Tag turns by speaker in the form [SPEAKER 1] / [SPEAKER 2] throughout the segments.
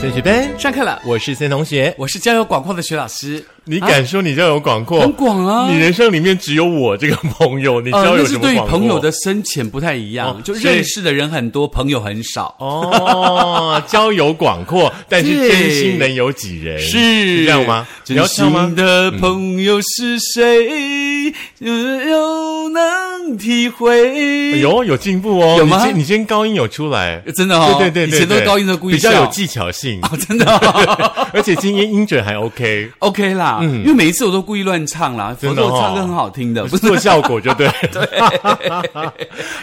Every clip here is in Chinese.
[SPEAKER 1] 先学班，
[SPEAKER 2] 上课了，
[SPEAKER 1] 我是先同学。
[SPEAKER 2] 我是交友广阔的徐老师。
[SPEAKER 1] 你敢说你交友广阔？
[SPEAKER 2] 啊很广啊
[SPEAKER 1] 你人生里面只有我这个朋友，你
[SPEAKER 2] 呃，
[SPEAKER 1] 交友
[SPEAKER 2] 那
[SPEAKER 1] 什
[SPEAKER 2] 是
[SPEAKER 1] 么广
[SPEAKER 2] 对于
[SPEAKER 1] 阔？
[SPEAKER 2] 朋友的深浅不太一样，
[SPEAKER 1] 哦
[SPEAKER 2] 就
[SPEAKER 1] 所以
[SPEAKER 2] 认识的人很多，朋友很少。
[SPEAKER 1] 哦， 交友广 阔，但是
[SPEAKER 2] 对
[SPEAKER 1] 真心能有几人？
[SPEAKER 2] 是
[SPEAKER 1] 这样吗？你
[SPEAKER 2] 真
[SPEAKER 1] 要唱吗
[SPEAKER 2] 心？的朋友是谁？只有能体
[SPEAKER 1] 哎
[SPEAKER 2] 会。
[SPEAKER 1] 呦，有进步哦！
[SPEAKER 2] 有吗
[SPEAKER 1] 你今你今天高音有出来，
[SPEAKER 2] 真的哦
[SPEAKER 1] 对对对对，
[SPEAKER 2] 以前都
[SPEAKER 1] 对
[SPEAKER 2] 高音都故意
[SPEAKER 1] 比较有
[SPEAKER 2] 笑
[SPEAKER 1] 技巧 性，
[SPEAKER 2] 哦，真的 哦
[SPEAKER 1] 而且今天音准还 OK，
[SPEAKER 2] ，OK 啦，因为每一次我都故意乱唱啦，
[SPEAKER 1] 嗯真
[SPEAKER 2] 否
[SPEAKER 1] 的
[SPEAKER 2] 则
[SPEAKER 1] 哦
[SPEAKER 2] 我唱歌很好听的，不
[SPEAKER 1] 不是
[SPEAKER 2] 是
[SPEAKER 1] 做效果 就对。 对，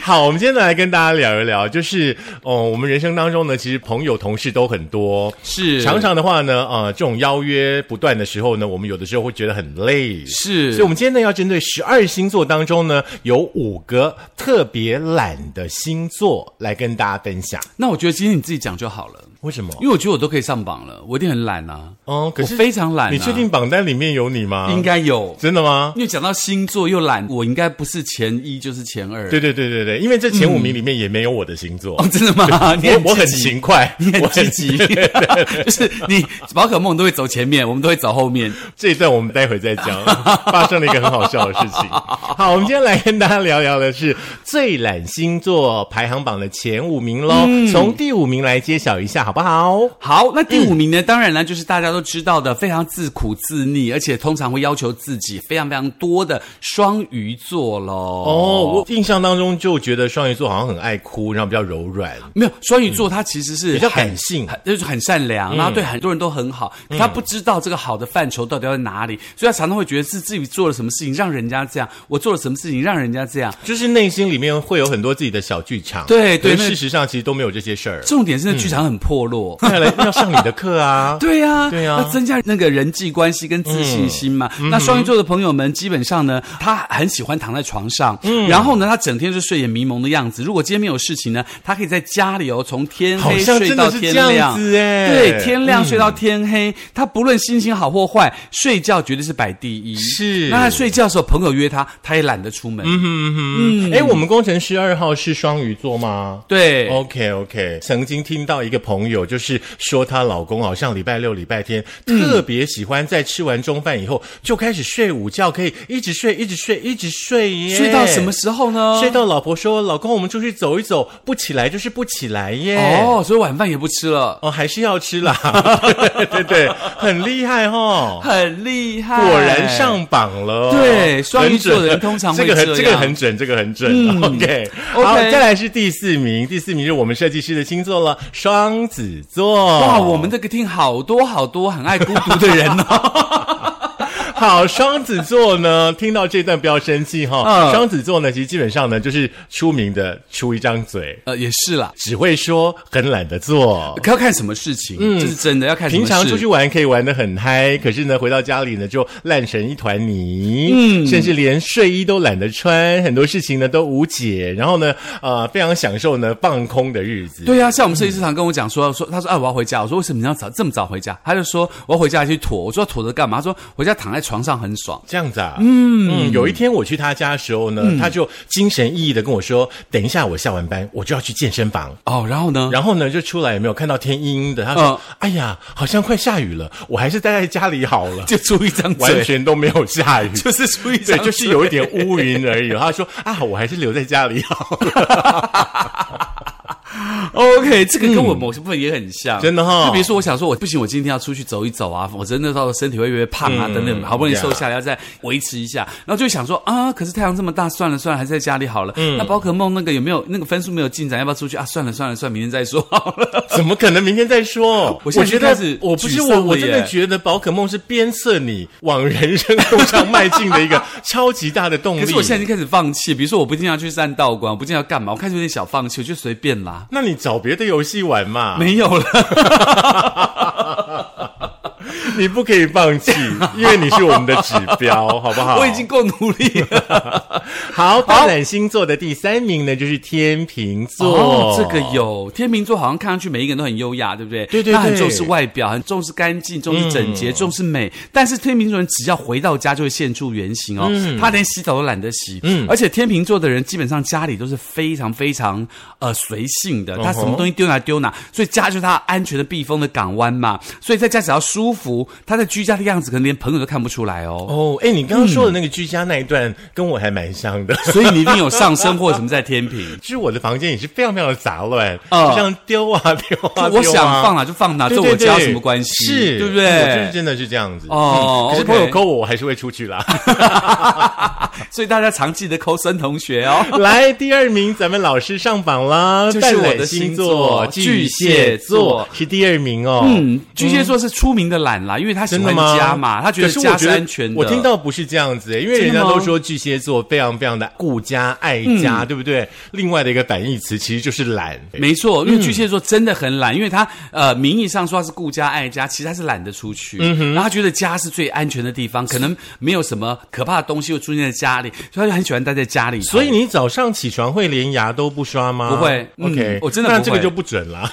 [SPEAKER 1] 好，我们今天来跟大家聊一聊，就是哦，我们人生当中呢，其实朋友、同事都很多。
[SPEAKER 2] 是
[SPEAKER 1] 常常的话呢，呃，这种邀约不断的时候呢，我们有的时候会觉得很累。
[SPEAKER 2] 是
[SPEAKER 1] 所以我们今天呢要针对十二星座当中呢，有五个特别懒的星座来跟大家分享。
[SPEAKER 2] 那我觉得今天你自己讲就好了，
[SPEAKER 1] 为什么？
[SPEAKER 2] 因为我觉得我都可以上榜了，我一定很懒啊，
[SPEAKER 1] 哦，可是
[SPEAKER 2] 我非常懒啊
[SPEAKER 1] 你确定榜单里面有你吗？
[SPEAKER 2] 应该有。
[SPEAKER 1] 真的吗？
[SPEAKER 2] 啊因为讲到星座又懒，我应该不是前一就是前二。
[SPEAKER 1] 对对对对对，因为这前五名里面也没有我的星座。
[SPEAKER 2] 哦，真的吗？ 你
[SPEAKER 1] 我我很
[SPEAKER 2] 积极
[SPEAKER 1] 勤快，
[SPEAKER 2] 你很
[SPEAKER 1] 我
[SPEAKER 2] 积极，
[SPEAKER 1] 对对对
[SPEAKER 2] 就是你宝可梦都会走前面，我们都会走后面。
[SPEAKER 1] 这一段我们待会再 讲，发生了一个很好笑的事情。好，我们今天来跟大家聊聊的是最懒星座排行榜的前五名喽，
[SPEAKER 2] 嗯
[SPEAKER 1] 从第五名来揭晓一下，好不好？
[SPEAKER 2] 好，那第五名
[SPEAKER 1] 嗯
[SPEAKER 2] 呢？当然呢，就是大家都知道的，非常自苦自溺，而且通常会要求自己非常非常多的双鱼座喽。
[SPEAKER 1] 哦，我印象当中就觉得双鱼座好像很爱哭，然后比较柔软。
[SPEAKER 2] 没有双鱼座，他其实是
[SPEAKER 1] 比较
[SPEAKER 2] 很
[SPEAKER 1] 感性嗯
[SPEAKER 2] 很就是很善良，然后对很多人都很好。他不知道这个好的范畴到底要在哪里，所以他常常会觉得是自己做了什么事情让人家这样，我做了什么事情让人家这样。
[SPEAKER 1] 就是内心里面会有很多自己的小剧场，
[SPEAKER 2] 对对
[SPEAKER 1] 可是
[SPEAKER 2] 那
[SPEAKER 1] 事实上其实都没有这些事儿。
[SPEAKER 2] 重点是那剧场很破落。
[SPEAKER 1] 快来要上你的课啊！嗯
[SPEAKER 2] 对呀、
[SPEAKER 1] 对呀
[SPEAKER 2] 要增加那个人际关系跟自信心嘛。那双鱼座的朋友们，基本上呢，他很喜欢躺在床上，
[SPEAKER 1] 嗯
[SPEAKER 2] 然后呢，他整天是睡眼迷蒙的样子。如果今天没有事情呢，他可以在家里哦，从天
[SPEAKER 1] 好
[SPEAKER 2] 黑
[SPEAKER 1] 像
[SPEAKER 2] 睡
[SPEAKER 1] 真的
[SPEAKER 2] 到
[SPEAKER 1] 是
[SPEAKER 2] 天
[SPEAKER 1] 这样
[SPEAKER 2] 亮，
[SPEAKER 1] 子哎
[SPEAKER 2] 对，天亮睡到天黑，他不论心情好或坏，睡觉绝对是摆第一。
[SPEAKER 1] 是
[SPEAKER 2] 那他睡觉的时候，朋友约他，他也懒得出门。
[SPEAKER 1] 嗯，哎，我们工程师二号是双鱼座吗？
[SPEAKER 2] 对，
[SPEAKER 1] OK OK，曾经听到一个朋友就是说，她老公好像礼拜六、礼拜天、特别喜欢在吃完中饭以后就开始睡午觉，可以一直睡、一直睡、一直睡耶，
[SPEAKER 2] 睡到什么？时候呢？
[SPEAKER 1] 睡到老婆说：“老公，我们出去走一走，不起来就是不起来耶。”
[SPEAKER 2] 哦，所以晚饭也不吃了，
[SPEAKER 1] 哦，还是要吃啦， 对对对，很厉害哦。
[SPEAKER 2] 很厉害，
[SPEAKER 1] 果然上榜了。
[SPEAKER 2] 对双鱼座的人
[SPEAKER 1] 很准
[SPEAKER 2] 通常
[SPEAKER 1] 这
[SPEAKER 2] 会
[SPEAKER 1] 个很
[SPEAKER 2] 这样啊嗯
[SPEAKER 1] 这个很准，这个很准。OK，好，
[SPEAKER 2] OK
[SPEAKER 1] 再来是第四名，第四名就是我们设计师的星座了，双子座。
[SPEAKER 2] 哇，我们这个厅好多好多很爱孤独 的人哦。
[SPEAKER 1] 好，双子座呢，听到这段不要生气哈、
[SPEAKER 2] 嗯
[SPEAKER 1] 双子座呢，其实基本上呢，就是出名的出一张嘴，
[SPEAKER 2] 呃，也是啦，
[SPEAKER 1] 只会说，很懒得做。
[SPEAKER 2] 要看什么事情，这是真的，要看什
[SPEAKER 1] 哦
[SPEAKER 2] 么
[SPEAKER 1] 嗯平
[SPEAKER 2] 事。
[SPEAKER 1] 常出去玩可以玩得很嗨，可是呢，回到家里呢就烂成一团泥，嗯，甚至连睡衣都懒得穿，很多事情呢都无解，然后呢，呃，非常享受呢放空的日子。
[SPEAKER 2] 对呀、啊像我们设计师常跟我讲说，说他说，哎，我要回家。我说为什么你要早这么早回家？他就说我要回家去妥。我说妥着干嘛？他说回家躺在床上很爽。
[SPEAKER 1] 这样子啊，嗯有一天我去他家的时候呢，他就精神奕奕的跟我说：“等一下，我下完班我就要去健身房。”
[SPEAKER 2] 哦，然后呢？
[SPEAKER 1] 然后呢，就出来也没有看到天阴阴的。他说：“
[SPEAKER 2] 嗯
[SPEAKER 1] 哎呀，好像快下雨了，我还是待在家里好 了。
[SPEAKER 2] 就出一张”
[SPEAKER 1] 完
[SPEAKER 2] 嘴，
[SPEAKER 1] 全都没有下雨，
[SPEAKER 2] 就是出 一
[SPEAKER 1] 对
[SPEAKER 2] 张，，
[SPEAKER 1] 就是有一点乌云而已。他说啊，我还是留在家 里好了。
[SPEAKER 2] OK，这 个跟我某些部分也很像，
[SPEAKER 1] 嗯真的哈
[SPEAKER 2] 就比如说，我想说，我不行，我今天要出去走一走啊，我真的到时候身体会越来越胖
[SPEAKER 1] 嗯
[SPEAKER 2] 啊，等等，好不容易瘦下来，要再维持一下，然后就想说啊，可是太阳这么大，算了算了，还是在家里好了。
[SPEAKER 1] 嗯
[SPEAKER 2] 那宝可梦那个有没有那个分数没有进展，要不要出去啊？算了算了算了，明天再说好了。
[SPEAKER 1] 怎么可能明天再说？
[SPEAKER 2] 我现在
[SPEAKER 1] 觉
[SPEAKER 2] 就开
[SPEAKER 1] 得
[SPEAKER 2] 始
[SPEAKER 1] 我不是
[SPEAKER 2] 沮
[SPEAKER 1] 我，
[SPEAKER 2] 丧了
[SPEAKER 1] 我真的
[SPEAKER 2] 耶
[SPEAKER 1] 觉得宝可梦是鞭策你往人生路上迈进的一个超级大的动力。
[SPEAKER 2] 可是我现在已经开始放弃，比如说我不一定要去站道馆，我不一定要干嘛，我开始有点小放弃，我就随便啦，
[SPEAKER 1] 啊那你找别的游戏玩嘛？
[SPEAKER 2] 没有了。
[SPEAKER 1] 你不可以放弃，因为你是我们的指标，好不好？
[SPEAKER 2] 我已经够努力了。
[SPEAKER 1] 好。大胆星座的第三名呢，就是天秤座。
[SPEAKER 2] 哦，这个有天秤座，好像看上去每一个人都很优雅，对不对？
[SPEAKER 1] 对对
[SPEAKER 2] 他很
[SPEAKER 1] 对嗯
[SPEAKER 2] 重视外表，很重视干净，重视整洁，重视美。但是天秤座人只要回到家就会现出原形哦，
[SPEAKER 1] 嗯
[SPEAKER 2] 他连洗澡都懒得洗。嗯，而且天秤座的人基本上家里都是非常非常呃随性
[SPEAKER 1] 嗯
[SPEAKER 2] 的，他什么东西丢哪丢哪，所以家就是他安全的避风的港湾嘛。所以在家只要舒服，他在居家的样子可能连朋友都看不出来哦。
[SPEAKER 1] 哦，哎，你刚刚说的那个居家那一段，跟我还蛮像的。
[SPEAKER 2] 所以你一定有上升或者什么在 天平。
[SPEAKER 1] 其实我的房间也是非常非常的杂乱，
[SPEAKER 2] 啊
[SPEAKER 1] 就像丢啊丢啊，
[SPEAKER 2] 我
[SPEAKER 1] 丢啊
[SPEAKER 2] 想放哪就放哪，
[SPEAKER 1] 对
[SPEAKER 2] 这
[SPEAKER 1] 对
[SPEAKER 2] 我
[SPEAKER 1] 对
[SPEAKER 2] 家有什么关系？
[SPEAKER 1] 是，
[SPEAKER 2] 对不
[SPEAKER 1] 我就是
[SPEAKER 2] 对？
[SPEAKER 1] 真的是这样子。
[SPEAKER 2] 哦
[SPEAKER 1] 嗯可是
[SPEAKER 2] OK
[SPEAKER 1] 朋友扣我，我还是会出去 啦。
[SPEAKER 2] 所以大家常记得扣森同学哦。
[SPEAKER 1] 来，第二名，咱们老师上榜啦，
[SPEAKER 2] 就是我的
[SPEAKER 1] 淡奶星座
[SPEAKER 2] 星座巨
[SPEAKER 1] 蟹
[SPEAKER 2] 蟹座
[SPEAKER 1] 是第二名哦。
[SPEAKER 2] 嗯，巨蟹座是出名的懒啦，因为他喜
[SPEAKER 1] 真的
[SPEAKER 2] 欢
[SPEAKER 1] 吗？
[SPEAKER 2] 家嘛，他觉得
[SPEAKER 1] 可是我
[SPEAKER 2] 家是
[SPEAKER 1] 觉得
[SPEAKER 2] 安全的。
[SPEAKER 1] 我听到不是这样子，因为人
[SPEAKER 2] 真的
[SPEAKER 1] 家
[SPEAKER 2] 吗
[SPEAKER 1] 都说巨蟹座非常非常的顾家爱家，
[SPEAKER 2] 嗯
[SPEAKER 1] 对不对？另外的一个反义词其实就是懒。
[SPEAKER 2] 没错，
[SPEAKER 1] 嗯
[SPEAKER 2] 因为巨蟹座真的很懒，因为他呃名义上说他是顾家爱家，其实他是懒得出去，
[SPEAKER 1] 嗯
[SPEAKER 2] 然后他觉得家是最安全的地方，可能没有什么可怕的东西会出现在家里，所以他就很喜欢待在家里头。
[SPEAKER 1] 所以你早上起床会连牙都不刷吗？
[SPEAKER 2] 不会嗯
[SPEAKER 1] OK，
[SPEAKER 2] 我真的
[SPEAKER 1] 那
[SPEAKER 2] 不
[SPEAKER 1] 这个
[SPEAKER 2] 会
[SPEAKER 1] 就不准 啦。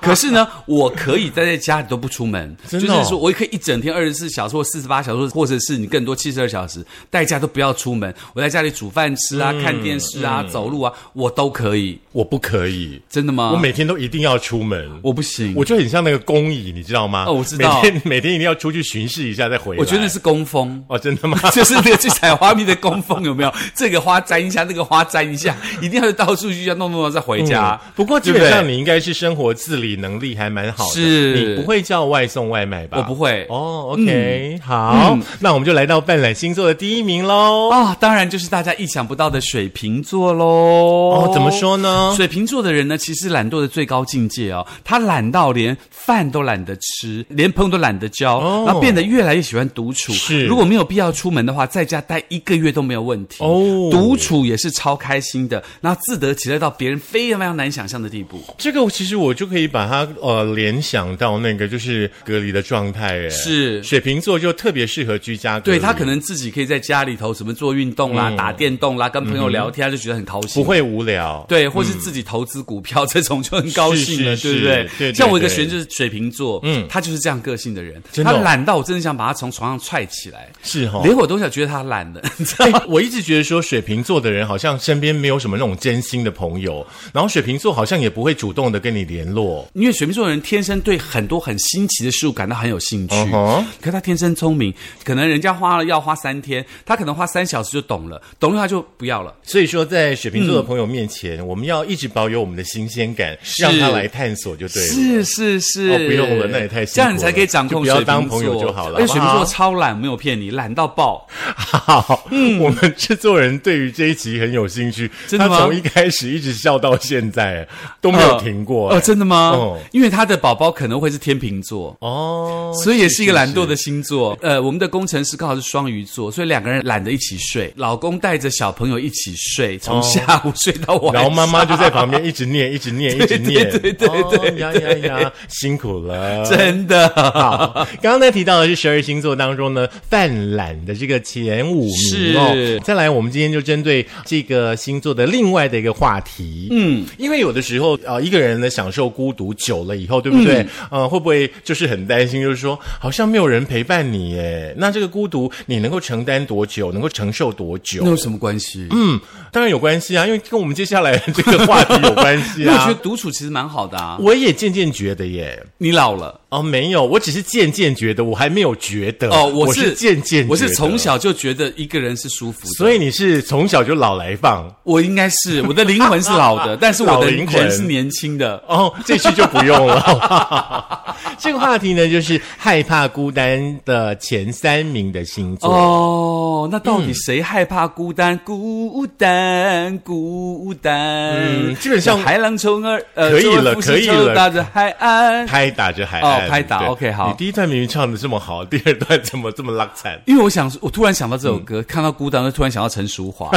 [SPEAKER 2] 可是呢，我可以待在家里都不出门，
[SPEAKER 1] 真的
[SPEAKER 2] 就
[SPEAKER 1] 哦
[SPEAKER 2] 是说我可以一整天二十四小时或四十八小时，或者是你更多七十二小时，在家都不要出门，我在家里煮饭吃啊、
[SPEAKER 1] 嗯
[SPEAKER 2] 看电视啊、走路啊，我都可以。
[SPEAKER 1] 我不可以，
[SPEAKER 2] 真的吗？
[SPEAKER 1] 我每天都一定要出门。
[SPEAKER 2] 啊我不行，
[SPEAKER 1] 我就很像那个工蚁，你知道吗？
[SPEAKER 2] 哦我知道
[SPEAKER 1] 每天每天一定要出去巡视一下再回来。
[SPEAKER 2] 我觉得是工蜂。
[SPEAKER 1] 哦，真的吗？
[SPEAKER 2] 就是那个去采花蜜的工蜂有没 有？这个花摘一下，那个花摘一 下，一定要到处去，要弄弄弄再回家。
[SPEAKER 1] 嗯不过基本
[SPEAKER 2] 对不
[SPEAKER 1] 上
[SPEAKER 2] 对
[SPEAKER 1] 你应该是生活自理能力还蛮好的，
[SPEAKER 2] 是
[SPEAKER 1] 你不会叫外送外卖吧？
[SPEAKER 2] 我不会嗯
[SPEAKER 1] 哦，OK，、好，那我们就来到半懒星座的第一名喽。
[SPEAKER 2] 啊、当然就是大家意想不到的水瓶座喽。哦
[SPEAKER 1] 哦，怎么说呢？
[SPEAKER 2] 水瓶座的人呢，其实懒惰的最高境界哦，他懒到连饭都懒得吃，连朋友都懒得交，
[SPEAKER 1] 哦
[SPEAKER 2] 然后变得越来越喜欢独处。
[SPEAKER 1] 是
[SPEAKER 2] 如果没有必要出门的话，在家待一个月都没有问题。
[SPEAKER 1] 哦
[SPEAKER 2] 独处也是超开心的，然后自得其乐到别人非常非常难想象的地步。
[SPEAKER 1] 这个其实我就可以把它呃联想到那个就是隔离的状态，哎，
[SPEAKER 2] 是
[SPEAKER 1] 水瓶座就特别适合居家隔离，
[SPEAKER 2] 对他可能自己可以在家里头什么做运动啦、啊
[SPEAKER 1] 嗯
[SPEAKER 2] 打电动啦、跟朋友聊天，他就觉得很高兴。
[SPEAKER 1] 不会无聊。
[SPEAKER 2] 对，或是自己投资股票、 这种就很高兴了，
[SPEAKER 1] 嗯是是
[SPEAKER 2] 对不对？
[SPEAKER 1] 是对对
[SPEAKER 2] 像我一个
[SPEAKER 1] 对
[SPEAKER 2] 学生就是水瓶座，嗯，他就是这样个性的人，
[SPEAKER 1] 真的
[SPEAKER 2] 他
[SPEAKER 1] 哦
[SPEAKER 2] 懒到我真的想把他从床上踹起来，
[SPEAKER 1] 是哈、
[SPEAKER 2] 连我都想觉得他懒了，你知 道
[SPEAKER 1] 哎
[SPEAKER 2] 吗？
[SPEAKER 1] 我一直觉得说水瓶座的人好像身边没有什么那种真心的朋友，然后水瓶座好像也不会主动的跟你联络。
[SPEAKER 2] 因为水瓶座的人天生对很多很新奇的事物感到很有兴趣
[SPEAKER 1] 嗯哼
[SPEAKER 2] 可是他天生聪明，可能人家花了要花三天，他可能花三小时就懂了，懂了他就不要了。
[SPEAKER 1] 所以说，在水瓶座
[SPEAKER 2] 嗯
[SPEAKER 1] 的朋友面前，我们要一直保有我们的新鲜感，让他来探索就对了。
[SPEAKER 2] 是是是、
[SPEAKER 1] 哦不用了那也太辛苦了
[SPEAKER 2] 这样你才可以掌控
[SPEAKER 1] 就不要
[SPEAKER 2] 水瓶座
[SPEAKER 1] 当朋友就好了啊
[SPEAKER 2] 而且水瓶
[SPEAKER 1] 好不
[SPEAKER 2] 座
[SPEAKER 1] 好
[SPEAKER 2] 超懒，没有骗你，懒到爆。
[SPEAKER 1] 好，我们制作人对于这一集很有兴趣，
[SPEAKER 2] 嗯真
[SPEAKER 1] 他
[SPEAKER 2] 的吗
[SPEAKER 1] 从一开始一直笑到现在都没有停过。
[SPEAKER 2] 哦，真的吗？
[SPEAKER 1] 哦
[SPEAKER 2] 因为他的宝宝可能会是天秤座。
[SPEAKER 1] 哦，
[SPEAKER 2] 所以也是一个懒惰的星座。呃，我们的工程师刚好是双鱼座，所以两个人懒得一起睡，老公带着小朋友一起睡，从下午睡到晚
[SPEAKER 1] 哦
[SPEAKER 2] 上。
[SPEAKER 1] 然后妈妈就在旁边一直念，一直念，一直念，
[SPEAKER 2] 对对对对
[SPEAKER 1] 哦呀呀呀，辛苦了，
[SPEAKER 2] 真的
[SPEAKER 1] 好， 刚刚呢提到的是十二星座当中呢泛滥的这个前五名哦
[SPEAKER 2] 是。
[SPEAKER 1] 再来，我们今天就针对这个星座的另外的一个话题，嗯，因为有的时候呃一个人呢享受孤独久了以后，对不对？
[SPEAKER 2] 嗯
[SPEAKER 1] 呃，会不会就是很担心，就是说好像没有人陪伴你耶？那这个孤独你能够承担多久？能够承受多久
[SPEAKER 2] 那？有什么关系？
[SPEAKER 1] 嗯，当然有关系啊，因为跟我们接下来的这个话题有关系
[SPEAKER 2] 因 为我觉得
[SPEAKER 1] 啊。
[SPEAKER 2] 独处其实蛮好的啊。
[SPEAKER 1] 我也渐渐觉得耶，
[SPEAKER 2] 你老了。
[SPEAKER 1] 哦，没有，我只是渐渐觉得，我还没有觉得。
[SPEAKER 2] 哦，
[SPEAKER 1] 我
[SPEAKER 2] 是
[SPEAKER 1] 渐渐觉得，
[SPEAKER 2] 我是从，小就觉得一个人是舒服的，
[SPEAKER 1] 所以你是从小就老来放。
[SPEAKER 2] 我应该是我的灵魂是老 的，但是我
[SPEAKER 1] 老
[SPEAKER 2] 的
[SPEAKER 1] 灵魂
[SPEAKER 2] 人是年轻的。
[SPEAKER 1] 哦，这句就不用了。 这个话题呢，就是害怕孤单的前三名的星座。
[SPEAKER 2] 哦，那到底谁害怕孤单？孤单，孤单。
[SPEAKER 1] 嗯基本上
[SPEAKER 2] 海浪冲儿，呃，
[SPEAKER 1] 可以
[SPEAKER 2] 周而
[SPEAKER 1] 了
[SPEAKER 2] 复始
[SPEAKER 1] 可以
[SPEAKER 2] 冲
[SPEAKER 1] 了
[SPEAKER 2] 打着海岸。
[SPEAKER 1] 拍打着海岸
[SPEAKER 2] 哦拍打
[SPEAKER 1] 对
[SPEAKER 2] OK，好
[SPEAKER 1] 你第一段明明唱的这么好，第二段怎么这么拉惨？
[SPEAKER 2] 嗯 因为我想，我突然想到这首歌，看到孤单，就突然想到陈淑桦，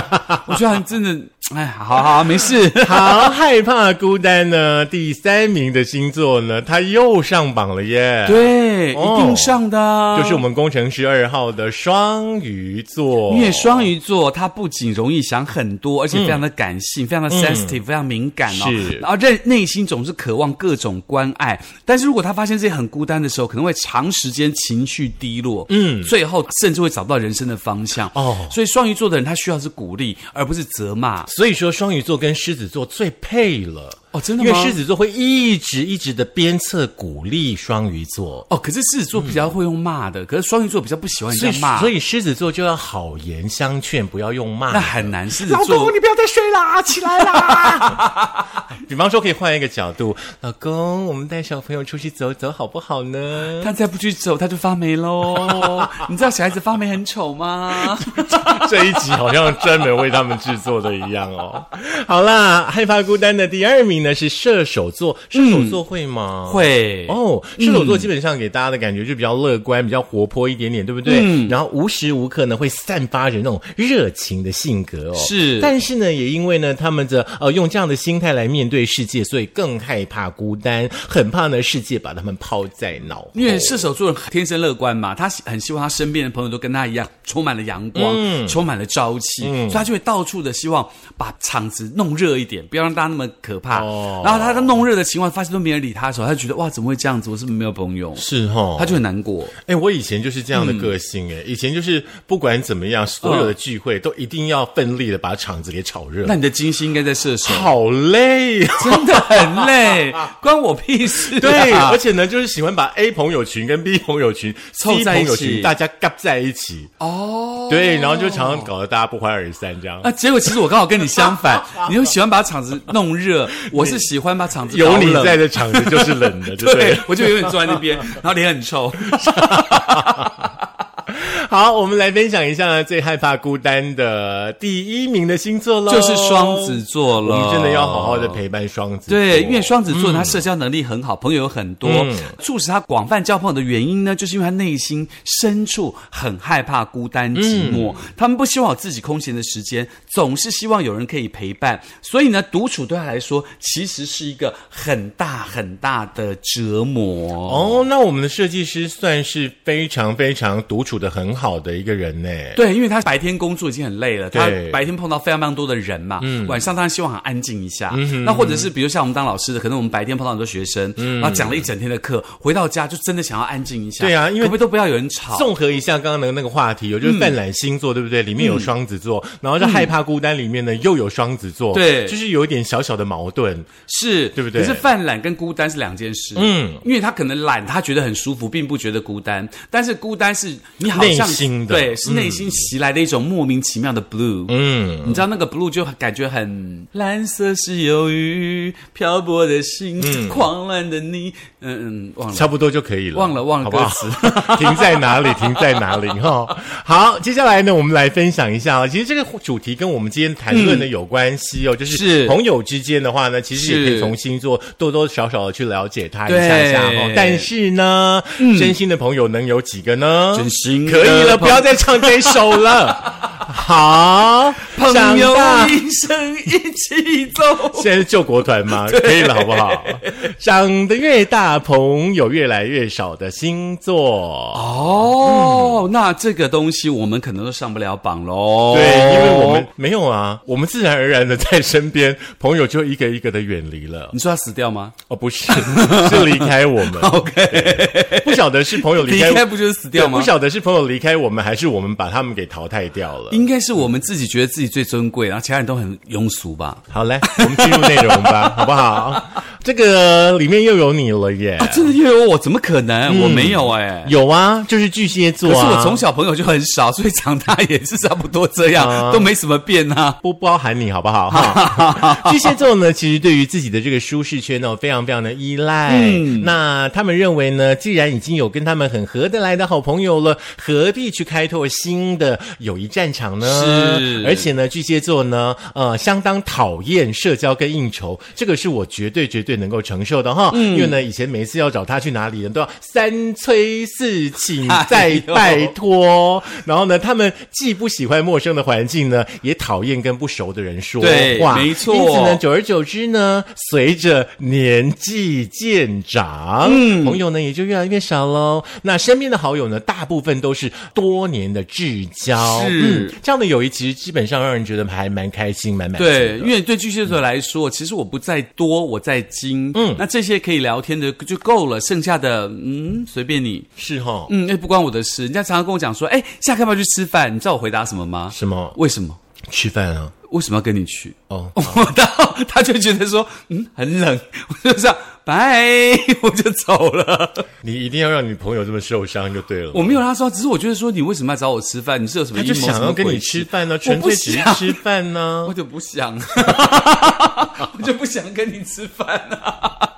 [SPEAKER 2] 我觉得他真的哎，好好没事。
[SPEAKER 1] 好害怕孤单呢。第三名的星座呢，它又上榜了耶。
[SPEAKER 2] 对，
[SPEAKER 1] 哦
[SPEAKER 2] 一定上的啊，
[SPEAKER 1] 就是我们工程师二号的双鱼座，
[SPEAKER 2] 因为双鱼座他不仅容易想很多，而且非常的感性，非常的 sensitive，、非常敏感哦
[SPEAKER 1] 嗯是。
[SPEAKER 2] 然后内内心总是渴望各种关爱，但是如果他发现自己很孤单的时候，可能会长时间情绪低落，嗯，最后甚至会找不到人生的方向
[SPEAKER 1] 哦
[SPEAKER 2] 所以双鱼座的人他需要是鼓励，而不是责骂。
[SPEAKER 1] 所以说双鱼座跟狮子座最配了
[SPEAKER 2] 哦真的
[SPEAKER 1] 因为
[SPEAKER 2] 吗
[SPEAKER 1] 狮子座会一直一直的鞭策鼓励双鱼座，
[SPEAKER 2] 哦，可是狮子座比较会用骂的，可是双鱼座比较不喜欢
[SPEAKER 1] 所以
[SPEAKER 2] 人家
[SPEAKER 1] 嗯
[SPEAKER 2] 骂，
[SPEAKER 1] 所
[SPEAKER 2] 以
[SPEAKER 1] 以狮子座就要好言相劝，不要用骂
[SPEAKER 2] 那。很难。狮子
[SPEAKER 1] 老
[SPEAKER 2] 座
[SPEAKER 1] 公，你不要再睡 啦，起来啦！ 比方说，可以换一个角度，老公，我们带小朋友出去走走好不好呢？
[SPEAKER 2] 他再不去走，他就发霉喽。你知道小孩子发霉很丑吗？
[SPEAKER 1] 这一集好像专门为他们制作的一样哦。好啦，害怕孤单的第二名呢是射手座，射手座嗯会吗？。
[SPEAKER 2] 会
[SPEAKER 1] 哦，射手座基本上给大家的感觉就比较乐观、比较活泼一点点，对不对？然后无时无刻呢会散发着那种热情的性格哦。
[SPEAKER 2] 是
[SPEAKER 1] 但是呢，也因为呢他们的呃用这样的心态来面对世界，所以更害怕孤单，很怕呢世界把他们抛在脑后。
[SPEAKER 2] 因为射手座人天生乐观嘛，他很希望他身边的朋友都跟他一样，充满了阳光，
[SPEAKER 1] 嗯
[SPEAKER 2] 充满了朝气，所以他就会到处的希望把场子弄热一点，不要让大家那么可怕。
[SPEAKER 1] 哦
[SPEAKER 2] 然后他在弄热的情况，发现都没人理他的时候，他就觉得哇，怎么会这样子？我是不是没有朋友？
[SPEAKER 1] 是哦，
[SPEAKER 2] 他就很难过。
[SPEAKER 1] 哎、我以前就是这样的个性哎、以前就是不管怎么样，所有的聚会都一定要奋力的把场子给炒热，
[SPEAKER 2] 那你的金星应该在射 手，
[SPEAKER 1] 好累哦。
[SPEAKER 2] 真的很累，关我屁事、啊。
[SPEAKER 1] 对，而且呢，就是喜欢把 A 朋友群跟 B 朋友群、
[SPEAKER 2] 凑
[SPEAKER 1] C
[SPEAKER 2] 在一
[SPEAKER 1] 朋
[SPEAKER 2] 起
[SPEAKER 1] 友群大家夹在一起，
[SPEAKER 2] 哦，
[SPEAKER 1] 对，然后就常常搞得大家不欢而散这样。
[SPEAKER 2] 啊，结果其实我刚好跟你 相反，你又喜欢把场子弄热，我是喜欢把场子
[SPEAKER 1] 有
[SPEAKER 2] 搞
[SPEAKER 1] 你
[SPEAKER 2] 冷
[SPEAKER 1] 在的场子就是冷 的，对不对
[SPEAKER 2] 对？，我就永远坐在那边，然后脸很臭。
[SPEAKER 1] 好，我们来分享一下呢最害怕孤单的第一名的星座喽，
[SPEAKER 2] 就是双子座了
[SPEAKER 1] 我们真的要好好的陪伴双子座。
[SPEAKER 2] 对，因为双子座他社交能力很好，朋友有很多，
[SPEAKER 1] 嗯
[SPEAKER 2] 促使他广泛交朋友的原因呢，就是因为他内心深处很害怕孤单寂寞，
[SPEAKER 1] 嗯
[SPEAKER 2] 他们不希望有自己空闲的时间，总是希望有人可以陪伴，所以呢，独处对他来说其实是一个很大很大的折磨。
[SPEAKER 1] 哦，那我们的设计师算是非常非常独处的很好的一个人呢。
[SPEAKER 2] 对，因为他白天工作已经很累了，他
[SPEAKER 1] 对嗯
[SPEAKER 2] 白天碰到非常非常多的人嘛，晚上当然希望很安静一下。那或者是比如像我们当老师的，可能我们白天碰到很多学生，然后讲了一整天的课，回到家就真的想要安静一
[SPEAKER 1] 嗯
[SPEAKER 2] 下。
[SPEAKER 1] 对啊因为
[SPEAKER 2] 可不可以都不要有人吵。
[SPEAKER 1] 综合一下刚刚的那个话题，有就是泛滥星座，对不对？里面有双子座，然后就害怕孤单，里面呢又有双子座，
[SPEAKER 2] 对
[SPEAKER 1] 就是有一点小小的矛盾。
[SPEAKER 2] 是，
[SPEAKER 1] 对不对
[SPEAKER 2] 可是犯懒跟孤单是两件事。嗯，因为他可能懒，他觉得很舒服，并不觉得孤单。但是孤单是你好像
[SPEAKER 1] 内心的嗯
[SPEAKER 2] 对，是内心袭来的一种莫名其妙的 blue。嗯，你知道那个 blue 就感觉很蓝色是忧郁，漂泊的心，狂乱的你。嗯嗯，忘了。
[SPEAKER 1] 差不多就可以了，
[SPEAKER 2] 忘了忘
[SPEAKER 1] 好
[SPEAKER 2] 了
[SPEAKER 1] 不好
[SPEAKER 2] 歌词
[SPEAKER 1] 停在哪里？停在哪里？哈、好，接下来呢，我们来分享一下啊、其实这个主题跟我们今天谈论的有关系哦，就是
[SPEAKER 2] 嗯是
[SPEAKER 1] 朋友之间的话呢，其实也可以
[SPEAKER 2] 是
[SPEAKER 1] 从星座多多少少的去了解他一
[SPEAKER 2] 对嗯
[SPEAKER 1] 下下哦。但是呢，真心的朋友能有几个呢？
[SPEAKER 2] 真心的
[SPEAKER 1] 可以了，不
[SPEAKER 2] 朋
[SPEAKER 1] 要再唱这首了。好，
[SPEAKER 2] 朋
[SPEAKER 1] 长
[SPEAKER 2] 友
[SPEAKER 1] 大
[SPEAKER 2] 一生一起 走。
[SPEAKER 1] 现在是救国团 吗？可以了，好不好？长得越大，朋友越来越少的星座。
[SPEAKER 2] 哦，那这个东西我们可能都上不了榜喽。
[SPEAKER 1] 对，因为我们没有啊，我们自然而然的在身边，朋友就一个一个的远离了。
[SPEAKER 2] 你说他死掉吗？
[SPEAKER 1] 哦，不 是，是离开我们。OK，不晓得是朋友离
[SPEAKER 2] 离
[SPEAKER 1] 开
[SPEAKER 2] 开不就是死掉
[SPEAKER 1] 对
[SPEAKER 2] 吗？
[SPEAKER 1] 不晓得是朋友离开我们，还是我们把他们给淘汰掉了。
[SPEAKER 2] 应该是我们自己觉得自己最尊贵，然后其他人都很庸俗吧？
[SPEAKER 1] 好嘞，我们进入内容吧， 好不好？这个里面又有你了耶
[SPEAKER 2] 啊，！真的又有我？怎么可能？我没有哎、
[SPEAKER 1] 有啊，就是巨蟹座
[SPEAKER 2] 可是
[SPEAKER 1] 啊。
[SPEAKER 2] 我从小朋友就很少，所以长大也是差不多这样，
[SPEAKER 1] 啊
[SPEAKER 2] 都没什么变啊。
[SPEAKER 1] 不包含你好不好？哈，巨蟹座呢，其实对于自己的这个舒适圈呢，非常非常的依赖。那他们认为呢，既然已经有跟他们很合得来的好朋友了，何必去开拓新的友谊战场呢？
[SPEAKER 2] 是
[SPEAKER 1] 而且呢，巨蟹座呢，呃，相当讨厌社交跟应酬，这个是我绝对绝对对能够承受的哈。因为呢，以前每一次要找他去哪里呢，都要三催四 请
[SPEAKER 2] 哎
[SPEAKER 1] 再拜托。然后呢，他们既不喜欢陌生的环境呢，也讨厌跟不熟的人说
[SPEAKER 2] 对
[SPEAKER 1] 话。
[SPEAKER 2] 没错
[SPEAKER 1] 因此呢，久而久之呢，随着年纪渐长，
[SPEAKER 2] 嗯
[SPEAKER 1] 朋友呢也就越来越少喽。那身边的好友呢，大部分都是多年的至交，嗯
[SPEAKER 2] 是
[SPEAKER 1] 这样的友谊，其实基本上让人觉得还蛮开心、蛮满足
[SPEAKER 2] 对，
[SPEAKER 1] 的。
[SPEAKER 2] 因为对巨蟹座来说，其实我不在多，我在精。嗯，那这些可以聊天的就够了，剩下的嗯随便你。
[SPEAKER 1] 是哈、哦，
[SPEAKER 2] 嗯，那不关我的事。人家常常跟我讲说，哎，下课要不要去吃饭？你知道我回答什么吗？
[SPEAKER 1] 什么
[SPEAKER 2] 为什么？
[SPEAKER 1] 吃饭啊？
[SPEAKER 2] 为什么要跟你去？
[SPEAKER 1] 哦
[SPEAKER 2] 我到他就觉得说，嗯，很冷， 我就这样，拜，我就走了。
[SPEAKER 1] 你一定要让你朋友这么受伤就对了。
[SPEAKER 2] 我没有让他说，只是我觉得说，你为什么要找我吃饭？你是有什么
[SPEAKER 1] 他
[SPEAKER 2] 阴谋？
[SPEAKER 1] 就想要跟
[SPEAKER 2] 什么
[SPEAKER 1] 你
[SPEAKER 2] 诡计
[SPEAKER 1] 吃，饭呢、
[SPEAKER 2] 我
[SPEAKER 1] 纯
[SPEAKER 2] 不
[SPEAKER 1] 粹只是
[SPEAKER 2] 想
[SPEAKER 1] 吃饭呢、
[SPEAKER 2] 我就不想， 我就不想跟你吃饭啊。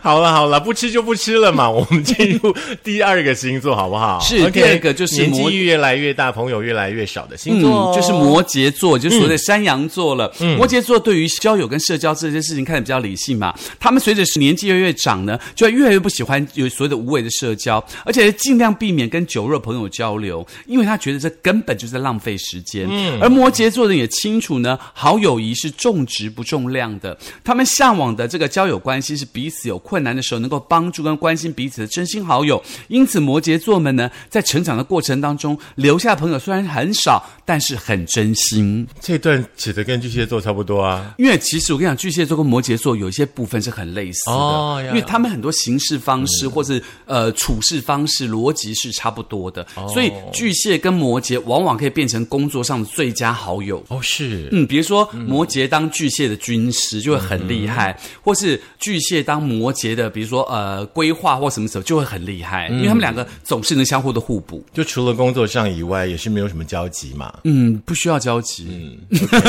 [SPEAKER 1] 好了好了，不吃就不吃了 嘛。我们进入第二个星座好不好？
[SPEAKER 2] 是
[SPEAKER 1] OK，
[SPEAKER 2] 第二个就是
[SPEAKER 1] 年
[SPEAKER 2] 摩
[SPEAKER 1] 纪越来越大，朋友越来越少的星座嗯哦、
[SPEAKER 2] 嗯，就是摩羯座，就是所谓的山羊座了。摩羯座对于交友跟社交这件事情看得比较理性嘛，他们随着年纪越来越长呢，就会越来越不喜欢有所谓的无谓的社交，而且尽量避免跟酒肉朋友交流，因为他觉得这根本就是在浪费时间。
[SPEAKER 1] 嗯
[SPEAKER 2] 而摩羯座人也清楚呢，好友谊是重质不重量的，他们向往的这个交友关系是彼此有困难的时候能够帮助跟关心彼此的真心好友。因此，摩羯座们呢，在成长的过程当中，留下的朋友虽然很少，但是很真心。
[SPEAKER 1] 这段写的跟巨蟹座差不多啊。
[SPEAKER 2] 因为其实我跟你讲，巨蟹座跟摩羯座有一些部分是很类似的，
[SPEAKER 1] 哦呀
[SPEAKER 2] 因为他们很多行事方式、或是呃处事方式、逻辑是差不多的，
[SPEAKER 1] 哦
[SPEAKER 2] 所以巨蟹跟摩羯往往可以变成工作上的最佳好友。
[SPEAKER 1] 哦，是。
[SPEAKER 2] 嗯，比如说摩羯当巨蟹的军师就会很厉
[SPEAKER 1] 嗯
[SPEAKER 2] 害，或是巨蟹当摩羯的，比如说呃规划或什么时候就会很厉
[SPEAKER 1] 嗯
[SPEAKER 2] 害，因为他们两个总是能相互的互补。
[SPEAKER 1] 就除了工作上以外，也是没有什么交集嘛。
[SPEAKER 2] 嗯， 不需要交集。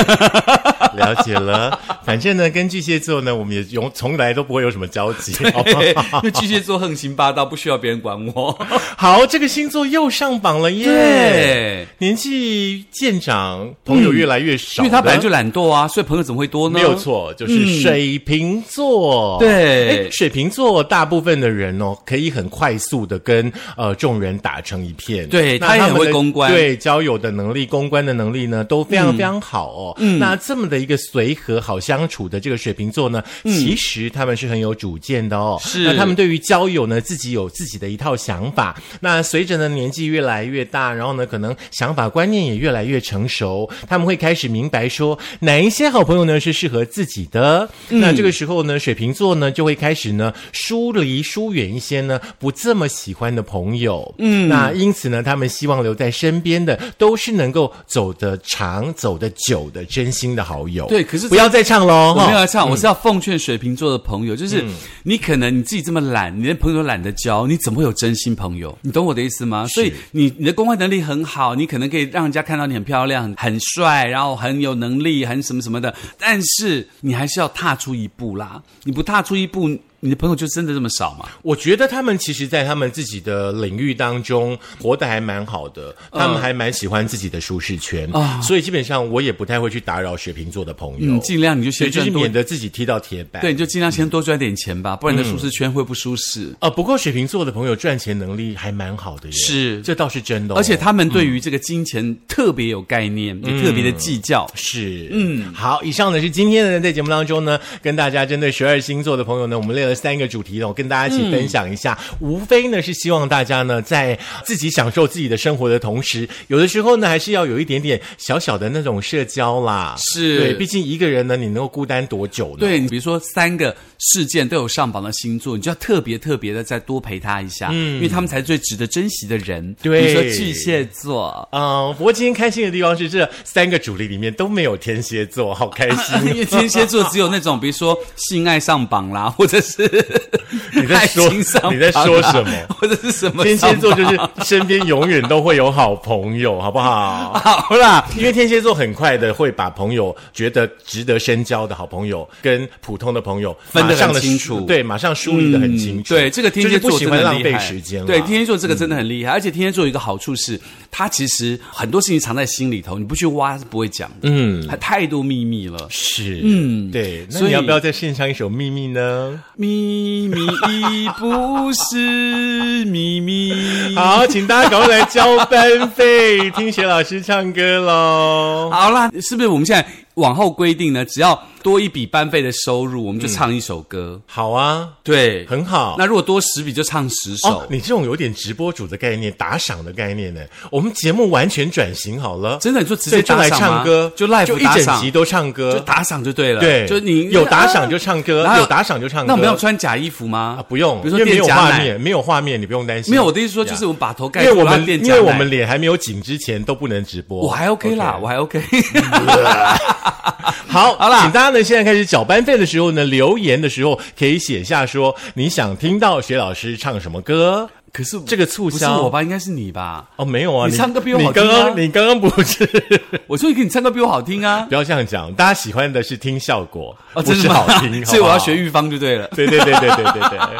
[SPEAKER 1] 了解了，反正呢，跟巨蟹座呢，我们也永从来都不会有什么交集，好不好？
[SPEAKER 2] 嘿嘿 因为巨蟹座横行霸道，不需要别人管我。
[SPEAKER 1] 好，这个星座又上榜 了耶！
[SPEAKER 2] 对，嗯
[SPEAKER 1] 年纪渐长，朋友越来越少的、
[SPEAKER 2] 因为他本来就懒惰啊，所以朋友怎么会多呢？嗯
[SPEAKER 1] 没有错，就是水瓶座。
[SPEAKER 2] 对
[SPEAKER 1] 哎水瓶座大部分的人哦，可以很快速的跟呃众人打成一片。
[SPEAKER 2] 对
[SPEAKER 1] 那
[SPEAKER 2] 他也
[SPEAKER 1] 们
[SPEAKER 2] 很会
[SPEAKER 1] 的
[SPEAKER 2] 公关
[SPEAKER 1] 对交友的能力、公关的能力呢，都非常非常好哦。
[SPEAKER 2] 嗯
[SPEAKER 1] 那这么的一个随和、好相处的这个水瓶座呢，其实他们是很有主见的哦。
[SPEAKER 2] 嗯是
[SPEAKER 1] 那他们对于交友呢，自己有自己的一套想法。那随着呢年纪越来越大，然后呢，可能想法观念也越来越成熟，他们会开始明白说哪一些好朋友呢是适合自己的。
[SPEAKER 2] 嗯
[SPEAKER 1] 那这个时候呢，水瓶座呢就会开始呢疏离疏远一些呢不这么喜欢的朋友。嗯，那因此呢，他们希望留在身边的都是能够走得长、走得久的真心的好友。
[SPEAKER 2] 对可是
[SPEAKER 1] 不要再唱喽，
[SPEAKER 2] 我没有
[SPEAKER 1] 哈
[SPEAKER 2] 要唱，我是要奉劝水瓶座的朋友，就是你可能你自己这么懒，你连朋友都懒得交，你怎么会有真心朋友？你懂我的意思吗？所以你你的公关能力很好，你可能可以让人家看到你很漂亮、很很帅，然后很有能力、很什么什么的，但是你还是要踏出一步啦。你不踏出一步，你的朋友就真的这么少吗？
[SPEAKER 1] 我觉得他们其实，在他们自己的领域当中活得还蛮好的，
[SPEAKER 2] 嗯
[SPEAKER 1] 他们还蛮喜欢自己的舒适圈，所以基本上我也不太会去打扰水瓶座的朋友，
[SPEAKER 2] 啊嗯，尽量你就
[SPEAKER 1] 所以
[SPEAKER 2] 先
[SPEAKER 1] 就
[SPEAKER 2] 赚
[SPEAKER 1] 是
[SPEAKER 2] 多
[SPEAKER 1] 免，得自己踢到铁板。
[SPEAKER 2] 对，你就尽量先多赚点钱吧，不然你的舒适圈会不舒适。
[SPEAKER 1] 啊、不过水瓶座的朋友赚钱能力还蛮好的耶，
[SPEAKER 2] 是
[SPEAKER 1] 这倒是真的哦、
[SPEAKER 2] 而且他们对于这个金钱特别有概念，也特别的计较。
[SPEAKER 1] 是，嗯，好，以上呢是今天呢在节目当中呢，跟大家针对十二星座的朋友呢，我们列了三个主题呢，我跟大家一起分享一下。
[SPEAKER 2] 嗯
[SPEAKER 1] 无非呢是希望大家呢，在自己享受自己的生活的同时，有的时候呢还是要有一点点小小的那种社交啦。
[SPEAKER 2] 是
[SPEAKER 1] 对，毕竟一个人呢，你能够孤单多久呢？，
[SPEAKER 2] 对你，比如说三个事件都有上榜的星座，你就要特别特别的再多陪他一下，因为他们才是最值得珍惜的人。
[SPEAKER 1] 嗯对
[SPEAKER 2] 比如说巨蟹座。
[SPEAKER 1] 嗯，不过今天开心的地方是这三个主题里面都没有天蝎座，好开心。
[SPEAKER 2] 因为天蝎座只有那种，比如说性爱上榜啦，或者是是
[SPEAKER 1] 你在说
[SPEAKER 2] 爱情上榜啊
[SPEAKER 1] 你在说什么
[SPEAKER 2] 或者是什么
[SPEAKER 1] 天蝎座
[SPEAKER 2] 上
[SPEAKER 1] 就是身边永远都会有好朋友，好不好？
[SPEAKER 2] 榜好啦，
[SPEAKER 1] 因为天蝎座很快的会把朋友觉得值得深交的好朋友跟普通的朋友
[SPEAKER 2] 分得
[SPEAKER 1] 马上
[SPEAKER 2] 很
[SPEAKER 1] 的
[SPEAKER 2] 清楚
[SPEAKER 1] 对，马上梳理的很清楚。
[SPEAKER 2] 嗯对，这个天蝎
[SPEAKER 1] 就是
[SPEAKER 2] 座
[SPEAKER 1] 不喜
[SPEAKER 2] 真
[SPEAKER 1] 欢
[SPEAKER 2] 的很
[SPEAKER 1] 浪
[SPEAKER 2] 厉
[SPEAKER 1] 费
[SPEAKER 2] 害
[SPEAKER 1] 时间啦，嗯
[SPEAKER 2] 对，天蝎座这个真的很厉害，而且天蝎座有一个好处是，他其实很多事情藏在心里头，你不去挖是不会讲的。嗯，他太多秘密了，
[SPEAKER 1] 是，嗯，对。那
[SPEAKER 2] 所
[SPEAKER 1] 你
[SPEAKER 2] 以
[SPEAKER 1] 要不要再献上一首《秘密》呢？
[SPEAKER 2] 秘密已不是秘密。
[SPEAKER 1] 好，请大家赶快来交班费，听雪老师唱歌喽。
[SPEAKER 2] 好啦，是不是我们现在往后规定呢？只要多一笔班费的收入，我们就唱一首歌。
[SPEAKER 1] 好啊，
[SPEAKER 2] 对，
[SPEAKER 1] 很好。
[SPEAKER 2] 那如果多十笔，就唱十首。
[SPEAKER 1] 哦，你这种有点直播主的概念、打赏的概念呢，我们节目完全转型好了，
[SPEAKER 2] 真的你说直
[SPEAKER 1] 对
[SPEAKER 2] 接
[SPEAKER 1] 就
[SPEAKER 2] 打
[SPEAKER 1] 来
[SPEAKER 2] 赏吗
[SPEAKER 1] 唱歌，
[SPEAKER 2] 就 live
[SPEAKER 1] 就一
[SPEAKER 2] 打
[SPEAKER 1] 整
[SPEAKER 2] 赏
[SPEAKER 1] 集都唱歌，
[SPEAKER 2] 就打赏就对了。
[SPEAKER 1] 对，
[SPEAKER 2] 就你啊
[SPEAKER 1] 有打赏就唱歌
[SPEAKER 2] 然，后
[SPEAKER 1] 有打赏就唱歌。
[SPEAKER 2] 那我们要穿假衣服吗？
[SPEAKER 1] 啊，不用，
[SPEAKER 2] 比如说
[SPEAKER 1] 因为没
[SPEAKER 2] 垫
[SPEAKER 1] 有
[SPEAKER 2] 假
[SPEAKER 1] 画
[SPEAKER 2] 奶。
[SPEAKER 1] 面，没有画面，你不用担心。
[SPEAKER 2] 没有，我的意思说就
[SPEAKER 1] 呀
[SPEAKER 2] 是我们把头盖
[SPEAKER 1] 因
[SPEAKER 2] 住，
[SPEAKER 1] 为我
[SPEAKER 2] 然后
[SPEAKER 1] 们
[SPEAKER 2] 垫
[SPEAKER 1] 因
[SPEAKER 2] 假
[SPEAKER 1] 为
[SPEAKER 2] 奶
[SPEAKER 1] 我们脸还没有紧之前都不能直播，
[SPEAKER 2] 我还 OK 啦，我还 OK。
[SPEAKER 1] 好，
[SPEAKER 2] 好啦
[SPEAKER 1] 请大家呢现在开始缴班费的时候呢，留言的时候可以写下说你想听到薛老师唱什么歌。
[SPEAKER 2] 可是
[SPEAKER 1] 这个促
[SPEAKER 2] 不是
[SPEAKER 1] 销
[SPEAKER 2] 我吧？应该是你 吧？
[SPEAKER 1] 哦，没有啊，
[SPEAKER 2] 你唱歌比我
[SPEAKER 1] 你
[SPEAKER 2] 好听
[SPEAKER 1] 刚
[SPEAKER 2] 啊
[SPEAKER 1] 刚你刚刚不是，
[SPEAKER 2] 我说你给你唱歌比我好听啊
[SPEAKER 1] 不！要这样讲，大家喜欢的是听效果，
[SPEAKER 2] 哦，
[SPEAKER 1] 不
[SPEAKER 2] 真
[SPEAKER 1] 是
[SPEAKER 2] 的吗
[SPEAKER 1] 好听，
[SPEAKER 2] 所以我要学
[SPEAKER 1] 语。
[SPEAKER 2] 玉芳就对了。
[SPEAKER 1] 对对对对对对对。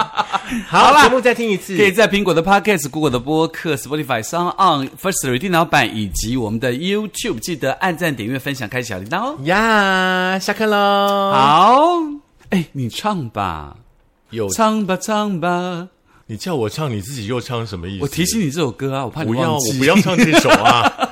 [SPEAKER 1] 好，
[SPEAKER 2] 好啦
[SPEAKER 1] 节目再听一次，
[SPEAKER 2] 可以在苹果的 Podcast、Google 的播客、Spotify、s o n On、First Story 电脑版以及我们的 YouTube，记得按赞、点阅、分享、开启小铃铛哦。
[SPEAKER 1] 呀下课喽。，
[SPEAKER 2] 好，哎，你唱吧，
[SPEAKER 1] 有
[SPEAKER 2] 唱吧，唱吧。
[SPEAKER 1] 你叫我唱，你自己又唱什么意思？
[SPEAKER 2] 我提醒你这首歌啊，我怕你
[SPEAKER 1] 不要，
[SPEAKER 2] 忘
[SPEAKER 1] 我
[SPEAKER 2] 记。
[SPEAKER 1] 不要唱这首啊。